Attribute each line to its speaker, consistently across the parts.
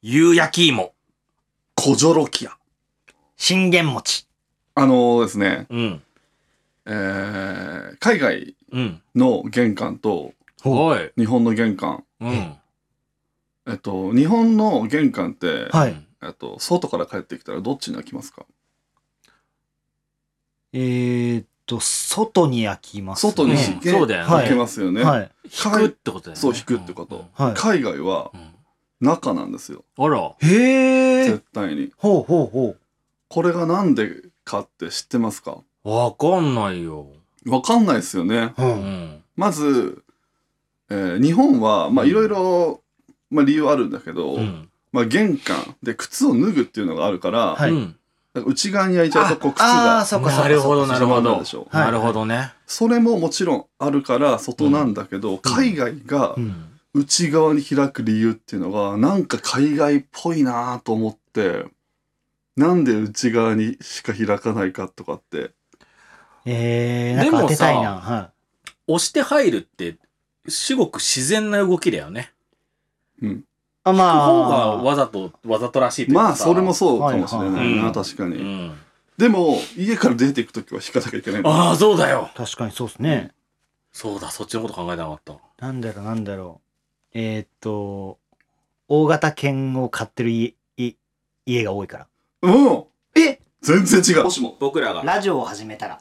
Speaker 1: 夕焼き芋、
Speaker 2: コジョロキア。
Speaker 1: 信玄餅。
Speaker 2: あのですね、
Speaker 1: うん。
Speaker 2: えー、海外
Speaker 1: うん。
Speaker 2: の玄関と
Speaker 1: はい。
Speaker 2: 日本の玄関。
Speaker 1: うん。
Speaker 2: えっと、日本の玄関って、
Speaker 3: はい。
Speaker 2: えっと、外から帰ってきたらどっちに開きますか
Speaker 3: えーっと、外に焼きます、
Speaker 2: 外に
Speaker 1: ね
Speaker 2: 引け、
Speaker 1: そうだよね
Speaker 2: 開けますよね。
Speaker 3: はい。
Speaker 1: 引くってことだよね。
Speaker 2: そう引くってこと
Speaker 3: はい。
Speaker 2: 海外は
Speaker 1: うん。うん
Speaker 2: 中なんですよ。
Speaker 1: あら。
Speaker 3: へえ。
Speaker 2: 絶対に。
Speaker 3: ほうほうほう。
Speaker 2: これがなんでかって知ってますか
Speaker 1: わかんないよ。
Speaker 2: わかんないですよね。
Speaker 3: う。
Speaker 1: うんん。
Speaker 2: まず、えー日本は、まあ、
Speaker 1: うん
Speaker 2: いろいろ、まあ、理由あるんだけど、
Speaker 1: うん。
Speaker 2: まあ、玄関で靴を脱ぐっていうのがあるから、
Speaker 3: はい
Speaker 1: うん
Speaker 2: なんか内側に焼いちゃうとこう靴
Speaker 3: ああー、
Speaker 2: が
Speaker 3: そっかそっか。
Speaker 1: なるほど、なるほ
Speaker 2: 邪魔な
Speaker 1: ど。
Speaker 2: んでしょ
Speaker 3: うはい
Speaker 1: なるほどね。
Speaker 2: それももちろんあるから外なんだけど、海外が
Speaker 1: うん。
Speaker 2: 内側に開く理由っていうのがなんか海外っぽいなと思ってなんで内側にしか開かないかとかって
Speaker 3: えー、なんか当てたい
Speaker 1: で
Speaker 3: な。
Speaker 1: も
Speaker 3: は
Speaker 1: 押して入るって、至極自然な動きだよね。
Speaker 3: い。あ、
Speaker 1: 引く
Speaker 3: ま
Speaker 1: 方が
Speaker 3: あ。
Speaker 1: わざと、わざとらしいというか
Speaker 2: まあ
Speaker 1: さ
Speaker 2: それもそうかもしれ
Speaker 1: は
Speaker 2: ないい
Speaker 1: はいは
Speaker 2: ない確か
Speaker 1: う
Speaker 2: に
Speaker 1: ん。
Speaker 2: でも家から出ていく時は引かなきゃいけないの
Speaker 1: ああ、そうだよ。
Speaker 3: 確かにそうですね。
Speaker 1: そうだ、そっちのこと考えてなかった。
Speaker 3: なんだろう、なんだろう。えーっと、大型犬を飼ってる家、い家が多いから。
Speaker 2: うん
Speaker 3: え
Speaker 2: 全然違うもしも
Speaker 1: 僕らが。
Speaker 3: ラジオを始めたら。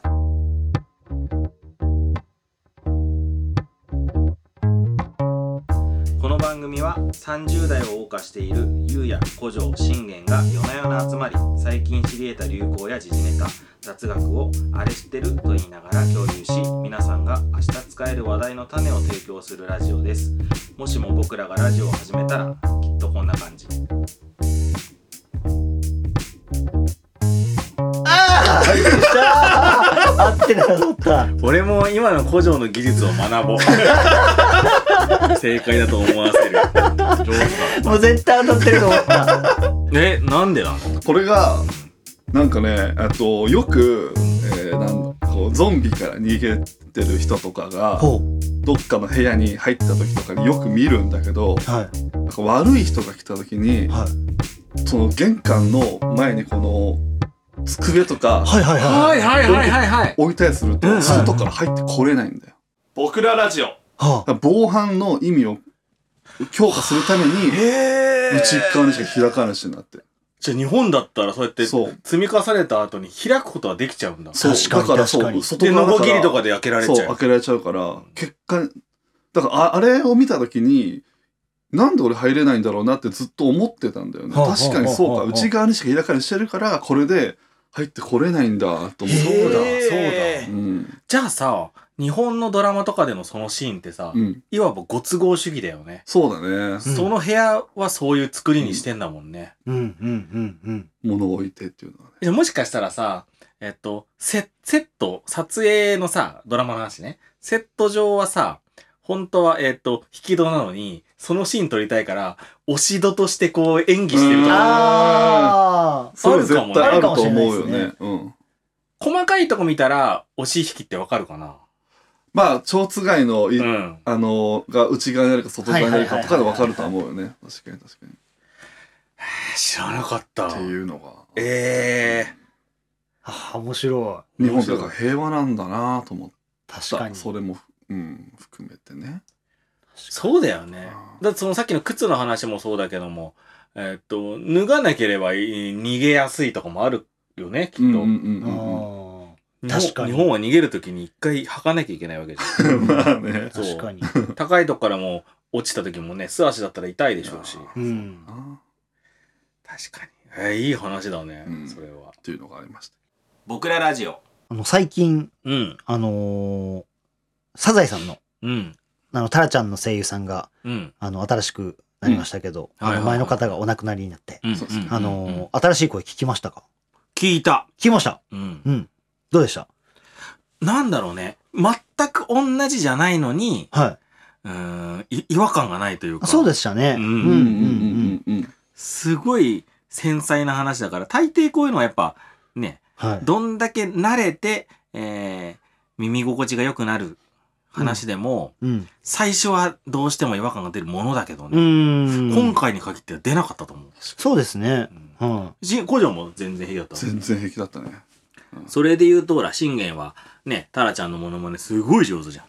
Speaker 1: この番組は30代を謳歌しているゆうや古城信玄が夜な夜な集まり最近知り得た流行や時事ネタ雑学をあれ知ってると言いながら共有し皆さんが明日使える話題の種を提供するラジオですもしも僕らがラジオを始めたらきっとこんな感じ
Speaker 3: あってなかった。
Speaker 1: 俺も今の古城の技術を学ぼう 正解だと思わせる上
Speaker 3: もう絶対当たってると思った。
Speaker 1: 手だえなんでなの
Speaker 2: これがなんかねえっとよく、えーなんこうゾンビから逃げてる人とかが
Speaker 3: ほう。
Speaker 2: どっかの部屋に入った時とかによく見るんだけど
Speaker 3: は
Speaker 2: なんか悪い人が来た時に
Speaker 3: い。はい。
Speaker 2: その玄関の前にこの机とか
Speaker 3: はいはいはい。
Speaker 1: いはいはいはいはい
Speaker 2: 置いたりする
Speaker 1: うんうん
Speaker 2: と外から入ってこれないんだよ。
Speaker 1: 僕らラジオ
Speaker 3: は
Speaker 2: だから防犯の意味を強化するために
Speaker 1: へ
Speaker 2: 内側にしか開かないしになってる。
Speaker 1: じゃあ日本だったらそうやって積
Speaker 2: そう。
Speaker 1: み重ねた後に開くことはできちゃうんだ。
Speaker 2: そう
Speaker 3: 確か
Speaker 2: だ
Speaker 3: に
Speaker 2: から
Speaker 3: 確
Speaker 2: そ
Speaker 3: かに
Speaker 2: う外
Speaker 1: で、
Speaker 2: 側
Speaker 1: の
Speaker 2: だ
Speaker 1: こ
Speaker 2: か
Speaker 1: ぎ
Speaker 2: ら
Speaker 1: りとかで開けられち
Speaker 2: そう
Speaker 1: ゃ
Speaker 2: 開
Speaker 1: う。
Speaker 2: けられちゃうから結果だからああれを見た時になんで俺入れないんだろうなってずっと思ってたんだよね
Speaker 3: はあ
Speaker 2: 確かにそう
Speaker 3: はあはあ
Speaker 2: か内側にしか開かないしてるからこれで入ってこれないんだと思っ
Speaker 3: へ
Speaker 2: て
Speaker 3: そうだえ
Speaker 2: う
Speaker 1: だ。
Speaker 2: ん
Speaker 1: じゃあさ、日本のドラマとかでのそのシーンってさ、
Speaker 2: うん
Speaker 1: いわばご都合主義だよね。
Speaker 2: そうだね
Speaker 3: うん
Speaker 1: その部屋はそういう作りにしてんだもんね。
Speaker 3: い。うんうんうんうん。
Speaker 2: 物を置いてっていうのはね
Speaker 1: じゃあもしかしたらさ、えっと、セセット、撮影のさ、ドラマの話ね。セット上はさ、本当は、えっと、引き戸なのに、そのシーン撮りたいから、押し戸としてこう演技してると
Speaker 2: うん
Speaker 1: か
Speaker 3: ああ。
Speaker 2: それ
Speaker 1: あるかも
Speaker 2: 絶対あると思う
Speaker 3: ある
Speaker 2: よ
Speaker 3: かもしれない
Speaker 2: ね
Speaker 3: で
Speaker 2: うん
Speaker 1: 細かいとこ見たら、押し引きってわかるかな
Speaker 2: まあ蝶つがいのい
Speaker 1: うん。
Speaker 2: あのが内側にあるか外側にあるかとかで分かるとは思うよね確かに確かに
Speaker 1: 知らなかった
Speaker 2: っていうのが
Speaker 1: ええ
Speaker 3: あー面白い。
Speaker 2: 日本ってだから平和なんだなと思って
Speaker 3: 確かに。
Speaker 2: それも、うん、含めてね
Speaker 1: そうだよね。だってそのさっきの靴の話もそうだけども、えーっと、脱がなければいい逃げやすいとかもあるよね、きっと。
Speaker 2: うんうん
Speaker 1: 日
Speaker 2: うん
Speaker 3: あー
Speaker 1: 本
Speaker 3: 確かに
Speaker 1: 日本は逃げるときに一回履かなきゃいけないわけじゃ
Speaker 2: うんまあね
Speaker 1: そう
Speaker 3: 確かに。
Speaker 1: ん。高いとこからも落ちたときもね、素足だったら痛いでしょうし。
Speaker 2: いや
Speaker 3: う
Speaker 2: ー
Speaker 3: ん。
Speaker 2: あ
Speaker 1: 確かに。えーいい話だね、
Speaker 2: うん
Speaker 1: それは。
Speaker 2: っていうのがありました
Speaker 1: 僕らラジオ。
Speaker 3: あの、最近、
Speaker 1: うん。
Speaker 3: あのーサザエさんの、
Speaker 1: うん。
Speaker 3: あの、タラちゃんの声優さんが、
Speaker 1: うん。
Speaker 3: あの、新しくなりましたけど、
Speaker 1: うんはいはい
Speaker 3: あの
Speaker 1: はい
Speaker 3: 前の方がお亡くなりになって、
Speaker 1: うん
Speaker 2: そうですね
Speaker 3: あのー新しい声聞きましたか
Speaker 1: 聞いた。
Speaker 3: 聞きました。
Speaker 1: うん。
Speaker 3: うん。どうでした
Speaker 1: なんだろうね。全く同じじゃないのに、
Speaker 3: は
Speaker 1: うーん、い違和感がないという
Speaker 3: い。
Speaker 1: か。
Speaker 3: そうでしたね。
Speaker 1: う
Speaker 3: うんん
Speaker 1: う
Speaker 3: う
Speaker 1: う
Speaker 3: んんう
Speaker 2: う
Speaker 3: んん
Speaker 2: んうん
Speaker 1: すごい繊細な話だから、大抵こういうのはやっぱ、ね、
Speaker 3: はい。
Speaker 1: どんだけ慣れて、えー、耳心地が良くなる話でも、
Speaker 3: うん。
Speaker 1: 最初はどうしても違和感が出るものだけど
Speaker 3: う
Speaker 1: ね、
Speaker 3: ん。
Speaker 1: 今回に限っては出なかったと思う。
Speaker 3: そうですね。うん。
Speaker 1: し五条も全然平気だった。
Speaker 2: 全然平気だったね。
Speaker 1: それで言うと、ほら、信玄は、ね、タラちゃんのモノマネすごい上手じゃ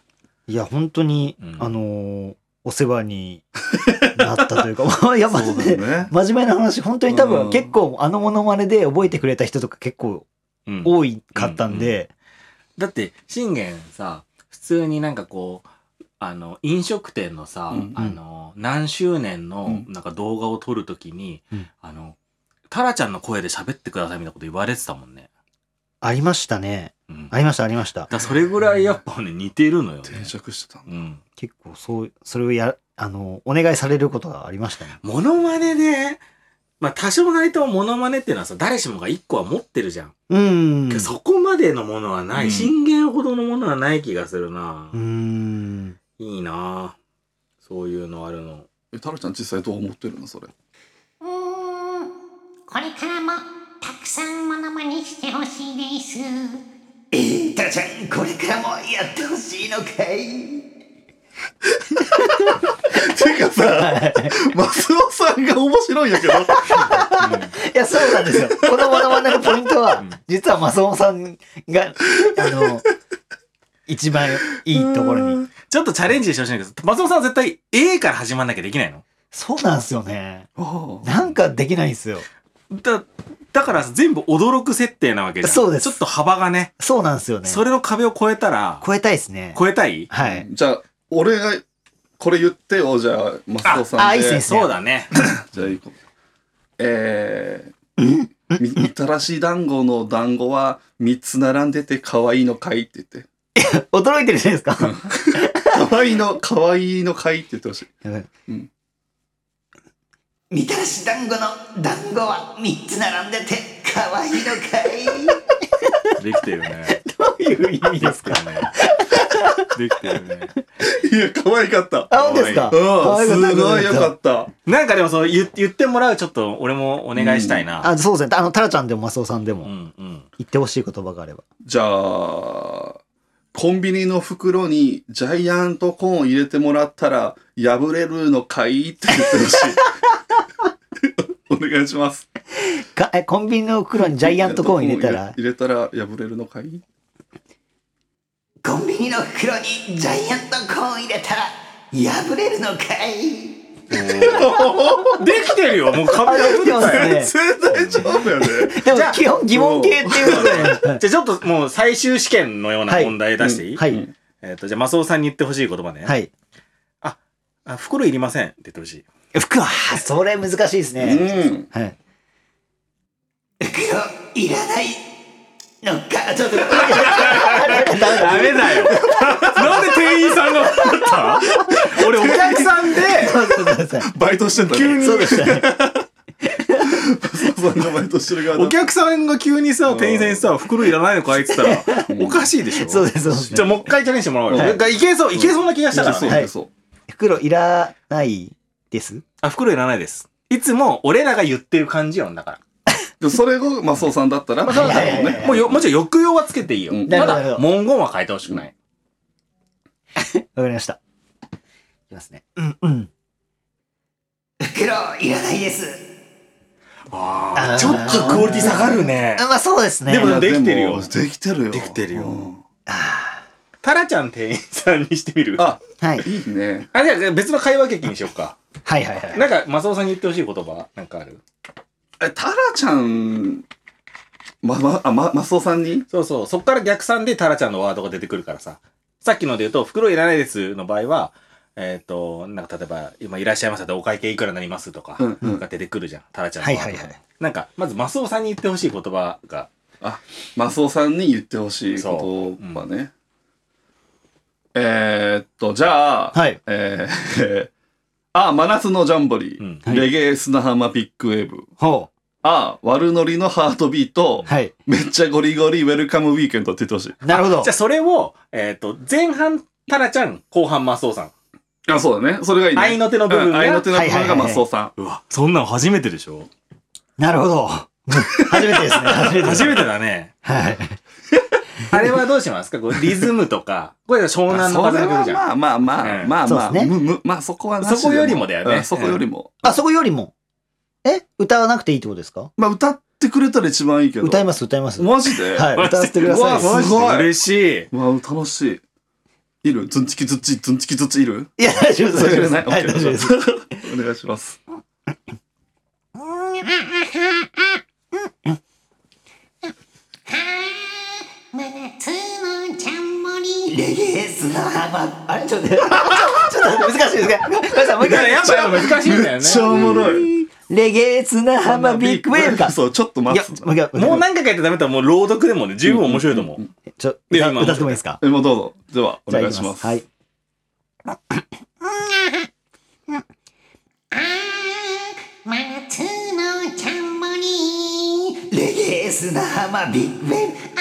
Speaker 1: ん。
Speaker 3: いや、本当に、
Speaker 1: うん
Speaker 3: あのーお世話になったというか、い や、マジ
Speaker 2: そう
Speaker 3: で、
Speaker 2: だよね。
Speaker 3: 真面目な話、本当に多
Speaker 2: うん
Speaker 3: 分結構、あのモノマネで覚えてくれた人とか結構
Speaker 1: うん
Speaker 3: 多いかったんで、
Speaker 1: だって、信玄さ、普通になんかこう、あの、飲食店のさ、
Speaker 2: うん
Speaker 1: あの、何周年
Speaker 2: う
Speaker 1: の
Speaker 2: ん
Speaker 1: なんか動画を撮るときに、
Speaker 3: うん
Speaker 1: あの、タラちゃんの声で喋ってくださいみたいなこと言われてたもんね。
Speaker 3: ありましたね。
Speaker 1: うん。
Speaker 3: ありました、ありました
Speaker 1: だ。からそれぐらいやっぱね、似てるのよね。
Speaker 2: 定着してたん
Speaker 1: う
Speaker 2: だ。
Speaker 1: ん。
Speaker 3: 結構、そう、それをや、あの、お願いされることがありましたね。
Speaker 1: モノマネで、まあ多少なりともモノマネっていうのはさ、誰しもが一個は持ってるじゃん。
Speaker 3: うん。
Speaker 1: けどそこまでのものはな
Speaker 2: うん
Speaker 1: い。信玄ほどのものはない気がするな。
Speaker 3: うん。
Speaker 1: いいなそういうのあるの。
Speaker 2: え、タロちゃん実際どう思ってるのそれ。
Speaker 4: うーんこれからもたくさんモノマネしてほしいです
Speaker 5: タラちゃんこれからもやってほしいのかい
Speaker 2: てかさ、 マスオさんが面白いんやけ ど、
Speaker 3: いや、そうなんですよ。このモノマネのポイントは、実はマスオさんが、あの、一番いいところに。
Speaker 1: ちょっとチャレンジしてほしいんだけど、松本さんは絶対 A から始まんなきゃできないの
Speaker 3: そうなんですよね。
Speaker 2: ああ
Speaker 3: なんかできないんですよ。
Speaker 1: だ、だから全部驚く設定なわけじゃん。
Speaker 3: そうです
Speaker 1: ちょっと幅がね、
Speaker 3: そうなんですよね。
Speaker 1: それの壁を越えたら、
Speaker 3: 超えたいですね。
Speaker 1: 超えたい
Speaker 3: はい。
Speaker 2: じゃあ、俺が、これ言ってよ、じゃあ、マスオさんで。
Speaker 3: ああいいっすね
Speaker 1: そうだね。
Speaker 2: じゃあ、いこう。えー、みみたらし団子の団子は3つ並んでて可愛いのかいって言って。
Speaker 3: 驚いてるじゃないですか。
Speaker 2: 可愛いの、可愛いのかいって言ってほしい。
Speaker 5: みたらし団子の団子は3つ並んでて可愛いのかい
Speaker 1: できてるね。
Speaker 3: どういう意味 ですか
Speaker 1: るね。できてるね。
Speaker 2: いや、可愛かった。
Speaker 3: あ、本当ですか
Speaker 2: うん、すごいよか
Speaker 3: た。
Speaker 2: った。
Speaker 1: なんかでもそう言言ってもらうちょっと俺もお願いしたいな。
Speaker 3: あ、そうですね。あの、タラちゃんでもマスオさんで
Speaker 1: う
Speaker 3: も
Speaker 1: んうん。
Speaker 3: 言ってほしい言葉があれば。
Speaker 2: じゃあ、コンビニの袋にジャイアントコーンを入れてもらったら破れるのかいって言ってほしい。お願いします。
Speaker 3: かえコンビニの袋にジャイアントコーン入れたら、
Speaker 2: 入れたら破れるのかい
Speaker 5: コンビニの袋にジャイアントコーン入れたら破れるのかい
Speaker 1: できてるよもう壁破
Speaker 3: でも
Speaker 1: ったよ。
Speaker 3: ね、
Speaker 2: 全然丈夫やね。
Speaker 3: でも基本疑問系っていうことで。
Speaker 1: じゃあちょっともう最終試験のような
Speaker 3: はい
Speaker 1: 問題出していい、
Speaker 3: は
Speaker 2: う
Speaker 3: い
Speaker 2: ん。
Speaker 1: えっ、と、じゃあ、マスオさんに言ってほしい言葉ね。
Speaker 3: はい。
Speaker 1: あ、袋いりませんって言ってほしい。
Speaker 3: 服は、それ難しいですね。
Speaker 2: うん。
Speaker 3: はい。
Speaker 5: 袋いらないのかちょっと
Speaker 1: ダメだよ。なんで店員さんが分かった俺お客さんで、
Speaker 3: そうそうそうそう。
Speaker 2: バイトしてんだね。
Speaker 3: そうでしたね。
Speaker 2: そうそうバイトしてる側だ
Speaker 1: お客さんが急にさ、店員さんにさ、袋いらないのかいって言ったら、おかしいでしょ
Speaker 3: そうです、そうです
Speaker 1: じゃあもう一回チャレンジしてもらおうよ。
Speaker 3: はい
Speaker 1: い、けそう、いけそうな気がしたから、
Speaker 2: そう
Speaker 1: ね
Speaker 3: はい
Speaker 2: そうそう。
Speaker 3: 袋いらないです。
Speaker 1: あ、袋いらないです。いつも俺らが言ってる感じよ、だから。
Speaker 2: でもそれをマスオさんだったら、
Speaker 1: まあそうだ
Speaker 3: ね
Speaker 2: ね。
Speaker 1: もうよ、もちろん抑揚はつけていいよ。
Speaker 2: うん
Speaker 1: た
Speaker 3: なる
Speaker 1: だ、
Speaker 3: ほど
Speaker 1: 文言は変えてほしくない。
Speaker 3: わかりました。いきますね。うんうん。
Speaker 5: 袋いらないです
Speaker 1: あーちょっとクオリティ下がるね。
Speaker 3: あまあそうですね。
Speaker 1: でも
Speaker 2: いや
Speaker 1: できてるよ
Speaker 2: もできてるよ。
Speaker 1: できてるよ
Speaker 2: うん
Speaker 1: タラちゃん店員さんにしてみるあ、
Speaker 2: あ、
Speaker 3: はい。
Speaker 2: いいね。
Speaker 1: じゃあ別の会話劇にしようか。
Speaker 3: はいはいはい。
Speaker 1: なんか、マスオさんに言ってほしい言葉なんかある
Speaker 2: え、タラちゃん、ま、ま、あ、ま、マスオさんに
Speaker 1: そうそう。そっから逆算でタラちゃんのワードが出てくるからさ。さっきので言うと、袋いらないですの場合は、えっ、と、なんか例えば、今いらっしゃいませでお会計いくらになりますとか、
Speaker 2: うんうん
Speaker 1: が出てくるじゃん。タラちゃんのワードが。
Speaker 3: はいはいはい
Speaker 1: なんか、まずマスオさんに言ってほしい言葉が、
Speaker 2: あ、マスオさんに言ってほしいことはね。えー、っと、じゃあ、
Speaker 3: はい。
Speaker 2: えー、 あ、真夏のジャンボリー、
Speaker 1: うん
Speaker 3: はい
Speaker 2: レゲエ砂浜ビッグウェーブ、
Speaker 3: ほ
Speaker 2: あ、悪ノリのハートビート
Speaker 3: う。、はい。
Speaker 2: めっちゃゴリゴリウェルカムウィークエンドって言ってほしい。
Speaker 3: なるほど
Speaker 1: じゃあ。それを、えっ、と、前半タラちゃん、後半マスオさん。
Speaker 2: あ、そうだね。それがいいね。
Speaker 1: 合いの手の部分
Speaker 2: うん
Speaker 1: が
Speaker 2: 合いの手の部
Speaker 3: はい
Speaker 2: 分
Speaker 3: はい
Speaker 2: が
Speaker 3: はいは
Speaker 2: マ
Speaker 3: い
Speaker 2: スオさん。
Speaker 1: うわ、そんなの初めてでしょ
Speaker 3: なるほど。初めてですね。初めて。
Speaker 1: 初めてだね。
Speaker 3: はい。
Speaker 1: あれはどうしますかこうリズムとか。これは湘南の
Speaker 2: そ
Speaker 1: 風
Speaker 2: れ
Speaker 1: の曲
Speaker 2: は
Speaker 1: じゃん。
Speaker 2: まあまあま
Speaker 1: う
Speaker 2: あ
Speaker 1: ん
Speaker 2: まあま
Speaker 3: そ
Speaker 2: あ、
Speaker 3: うですね
Speaker 2: むむまあそこはなしで
Speaker 1: そこよりもだよね
Speaker 2: うんそこよりも。
Speaker 3: あ、そこよりも。え歌わなくていいってことですか
Speaker 2: まあ歌ってくれたら一番いいけど。
Speaker 3: 歌います、歌います。
Speaker 2: マジで
Speaker 3: はい、歌わせてくだ
Speaker 2: う
Speaker 3: さ
Speaker 2: わ
Speaker 3: い。
Speaker 2: すごい
Speaker 1: 嬉しい。
Speaker 2: わあ楽しい。いるズンチキズッチ、ズンチキズッチいる
Speaker 3: いや、大丈夫です。
Speaker 2: それ
Speaker 3: 大丈
Speaker 2: じ
Speaker 3: 夫で
Speaker 2: ゃな
Speaker 3: す。は いい、大丈夫です。。
Speaker 2: OK お願いします。
Speaker 4: 真夏のジャンボリー
Speaker 5: レゲエ砂浜 あれちょっと待って
Speaker 3: ちょっと難しいですかごめんなさい、もう一
Speaker 1: だから
Speaker 3: 回。
Speaker 1: やっぱやっぱ難しいんだよ
Speaker 2: めっちゃ
Speaker 1: ね。
Speaker 2: おもろい。
Speaker 3: レゲエ砂浜ビッグウェーブか。
Speaker 2: そう、ちょっと
Speaker 3: い
Speaker 2: 待
Speaker 3: や
Speaker 2: つ、
Speaker 3: もう一回。
Speaker 1: もう何回かやってダメだったらもう朗読でもね、十分面白いと思う。
Speaker 3: ちょ、
Speaker 1: いや今
Speaker 3: 歌歌ってもいいですか
Speaker 2: えもうどうぞ。では、お
Speaker 3: じゃあ
Speaker 2: 願い
Speaker 3: 行き
Speaker 2: します。
Speaker 3: はい。
Speaker 4: あー真夏のジャンボリー
Speaker 5: レゲエ砂浜ビッグウェブ
Speaker 4: あ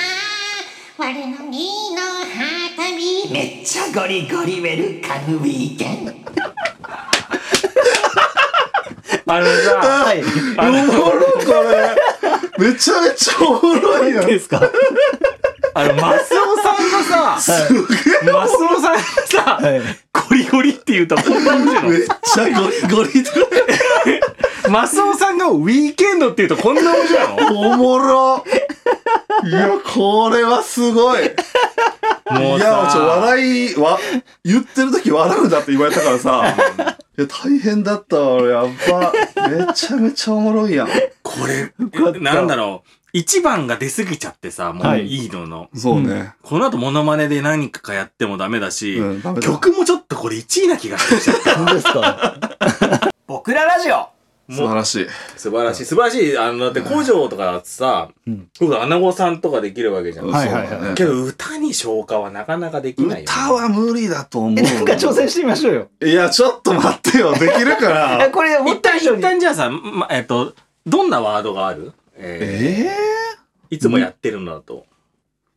Speaker 4: ー我の身の旗火
Speaker 5: めっちゃゴリゴリウェルカムウィーケンド
Speaker 1: あのさ、
Speaker 3: はい。
Speaker 2: おもろいこ れ。めちゃめちゃおもろいやん。
Speaker 3: ですか
Speaker 1: あの、マスオさんがさ、マスオさんがさ、
Speaker 3: はい。
Speaker 1: ゴリゴリって言うとこんな面白い
Speaker 2: めっちゃゴリゴリだ。
Speaker 1: の。 マスオさんがウィーケンドって言うとこんな面白いの
Speaker 2: おもろ。いや、これはすごい。
Speaker 1: もう
Speaker 2: いや、
Speaker 1: さ、
Speaker 2: ちょ、笑い、わ、言ってる時笑うんだって言われたから さ。いや、大変だったわ、やっば。めちゃめちゃおもろいやん。
Speaker 1: これ、なんだろう。一番が出過ぎちゃってさ、もういいのの。
Speaker 2: そうね。
Speaker 1: この後モノマネで何かやってもダメだし、
Speaker 2: うんダメだ
Speaker 1: 曲もちょっとこれ1位な気がしてきちゃった。
Speaker 3: 本当ですか
Speaker 5: 僕らラジオ
Speaker 2: 素晴らしい。
Speaker 1: 素晴らしい。素晴らしい。あの、だって古城とかさ、
Speaker 3: うん
Speaker 1: 僕、穴子さんとかできるわけじゃん。
Speaker 3: はいはいはい
Speaker 2: そうだね
Speaker 1: けど歌に消化はなかなかできないよね、
Speaker 2: 歌は無理だと思う。
Speaker 3: え、なんか挑戦してみましょうよ。
Speaker 2: いや、ちょっと待ってよ。できるか
Speaker 3: え、
Speaker 2: ら。
Speaker 3: これ、思
Speaker 1: 一
Speaker 3: った
Speaker 1: 旦、
Speaker 3: 以上
Speaker 1: 一
Speaker 3: に。
Speaker 1: 旦じゃあさ、ま、えっと、どんなワードがあるえ
Speaker 2: え
Speaker 1: ーいつもやってるのだと。
Speaker 2: えー。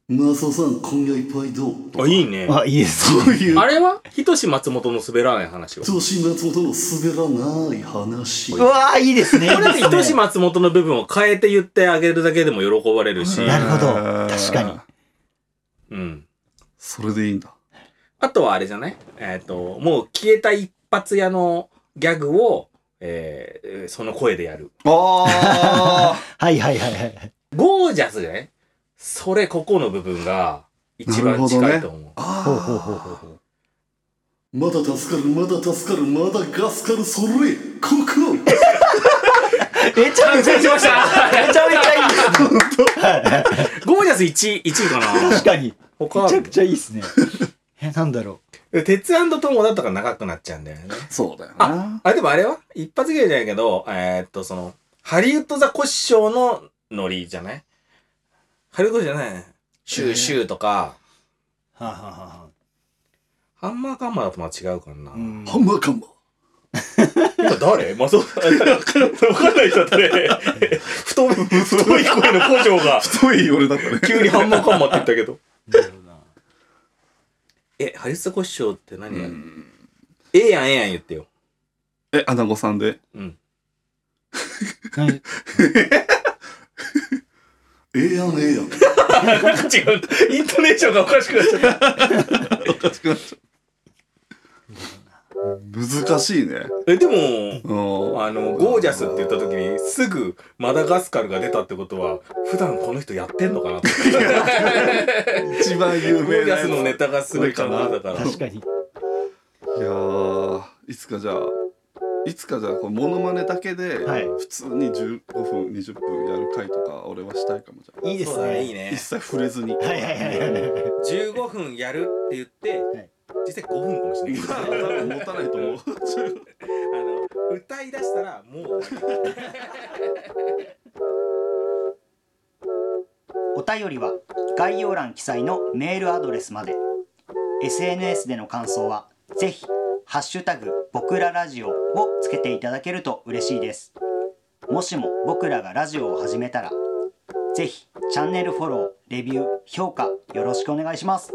Speaker 2: マサさん、今夜いっぱいどう
Speaker 1: あ、いいね。
Speaker 3: あ、いいです。
Speaker 2: そういう
Speaker 1: あれはひとし松本の滑らない話 は。こ
Speaker 2: 女子松本の滑らない話
Speaker 3: うわー、いいですね。いい
Speaker 1: れ
Speaker 3: で
Speaker 1: ですひ
Speaker 3: ね
Speaker 1: とし松本の部分を変えて言ってあげるだけでも喜ばれるし。
Speaker 3: なるほど
Speaker 2: うん
Speaker 3: 確かに
Speaker 1: うん。
Speaker 2: それでいいんだ
Speaker 1: あとはあれじゃないえっ、と、もう消えた一発屋のギャグを、えーその声でやる。
Speaker 2: あ
Speaker 3: はいはいはいはい。
Speaker 1: ゴージャスじゃないそれ、ここの部分が一
Speaker 2: な
Speaker 1: 番
Speaker 2: るほどね
Speaker 1: 近いと思う。
Speaker 2: あ
Speaker 3: ほうほうほうほうほう。
Speaker 2: まだ助かるまだ助かるまだガスカルそれここ
Speaker 3: めちゃめ
Speaker 1: 完
Speaker 3: ち
Speaker 1: 成
Speaker 3: ゃいい
Speaker 1: しました
Speaker 3: めちゃめちゃいいですね。
Speaker 1: ゴージャス1位、1位かな
Speaker 3: 確かに。
Speaker 1: 他
Speaker 3: め
Speaker 1: あ
Speaker 3: ちゃ
Speaker 1: る
Speaker 3: くちゃいいですね。 え、なんだろ
Speaker 1: 鉄友だとか長くなっちゃうんだよね。
Speaker 2: そうだよ
Speaker 1: あ
Speaker 2: な、
Speaker 1: あ、でもあれは一発芸じゃないけど、えーっと、その、ハリウッドザコッショウのノリじゃないハリウッドじゃないシューシューとか、
Speaker 3: う。はあ、はあはは
Speaker 1: ハンマーカンマーとは違うからな。
Speaker 3: あ、うん。
Speaker 2: ハンマーカンマ
Speaker 1: 今誰マスオさん。わかんない人だってね。 太い、太い声 の古城が、
Speaker 2: 太い俺だったね
Speaker 1: 急にハンマーカンマーって言ったけど。
Speaker 3: なるほどな
Speaker 1: え、ハリウッドザコッショウって何や
Speaker 2: う
Speaker 1: る
Speaker 2: ん
Speaker 1: ええやん、ええやん言ってよ。
Speaker 2: えアナゴさんで
Speaker 1: うん。
Speaker 3: 何
Speaker 2: ええやんええ
Speaker 1: 違う。
Speaker 2: やん
Speaker 1: イントネーションがおかしくなっちゃった。
Speaker 2: おかしくなっちゃう 難しいね
Speaker 1: えでも
Speaker 2: うん
Speaker 1: あのゴージャスって言った時にすぐマダガスカルが出たってことは普段この人やってんのかな って
Speaker 2: 一番有
Speaker 1: ゴー
Speaker 2: 名
Speaker 1: ジャ
Speaker 2: なや
Speaker 1: ス
Speaker 2: つ
Speaker 1: のネタがすごい感じだから
Speaker 3: 確かに。
Speaker 2: いやーいつかじゃあいつかじゃあこれモノマネだけで
Speaker 3: はい
Speaker 2: 普通に15分20分やる回とか俺はしたいかもじゃ
Speaker 3: いいです
Speaker 1: そうだね いい
Speaker 3: ね。
Speaker 2: あ
Speaker 1: ね
Speaker 2: 一切触れずに
Speaker 3: はいはいはいはい。
Speaker 1: 15分やるって言って、
Speaker 3: い
Speaker 1: 実際5分かもしれ ないけど
Speaker 2: 多分持たないと思う
Speaker 1: あの歌い出したらもう終わり
Speaker 6: お便りは概要欄記載のメールアドレスまで SNS での感想はぜひ「ハッシュタグ僕らラジオ」をつけていただけると嬉しいですもしも僕らがラジオを始めたらぜひチャンネルフォローレビュー評価よろしくお願いします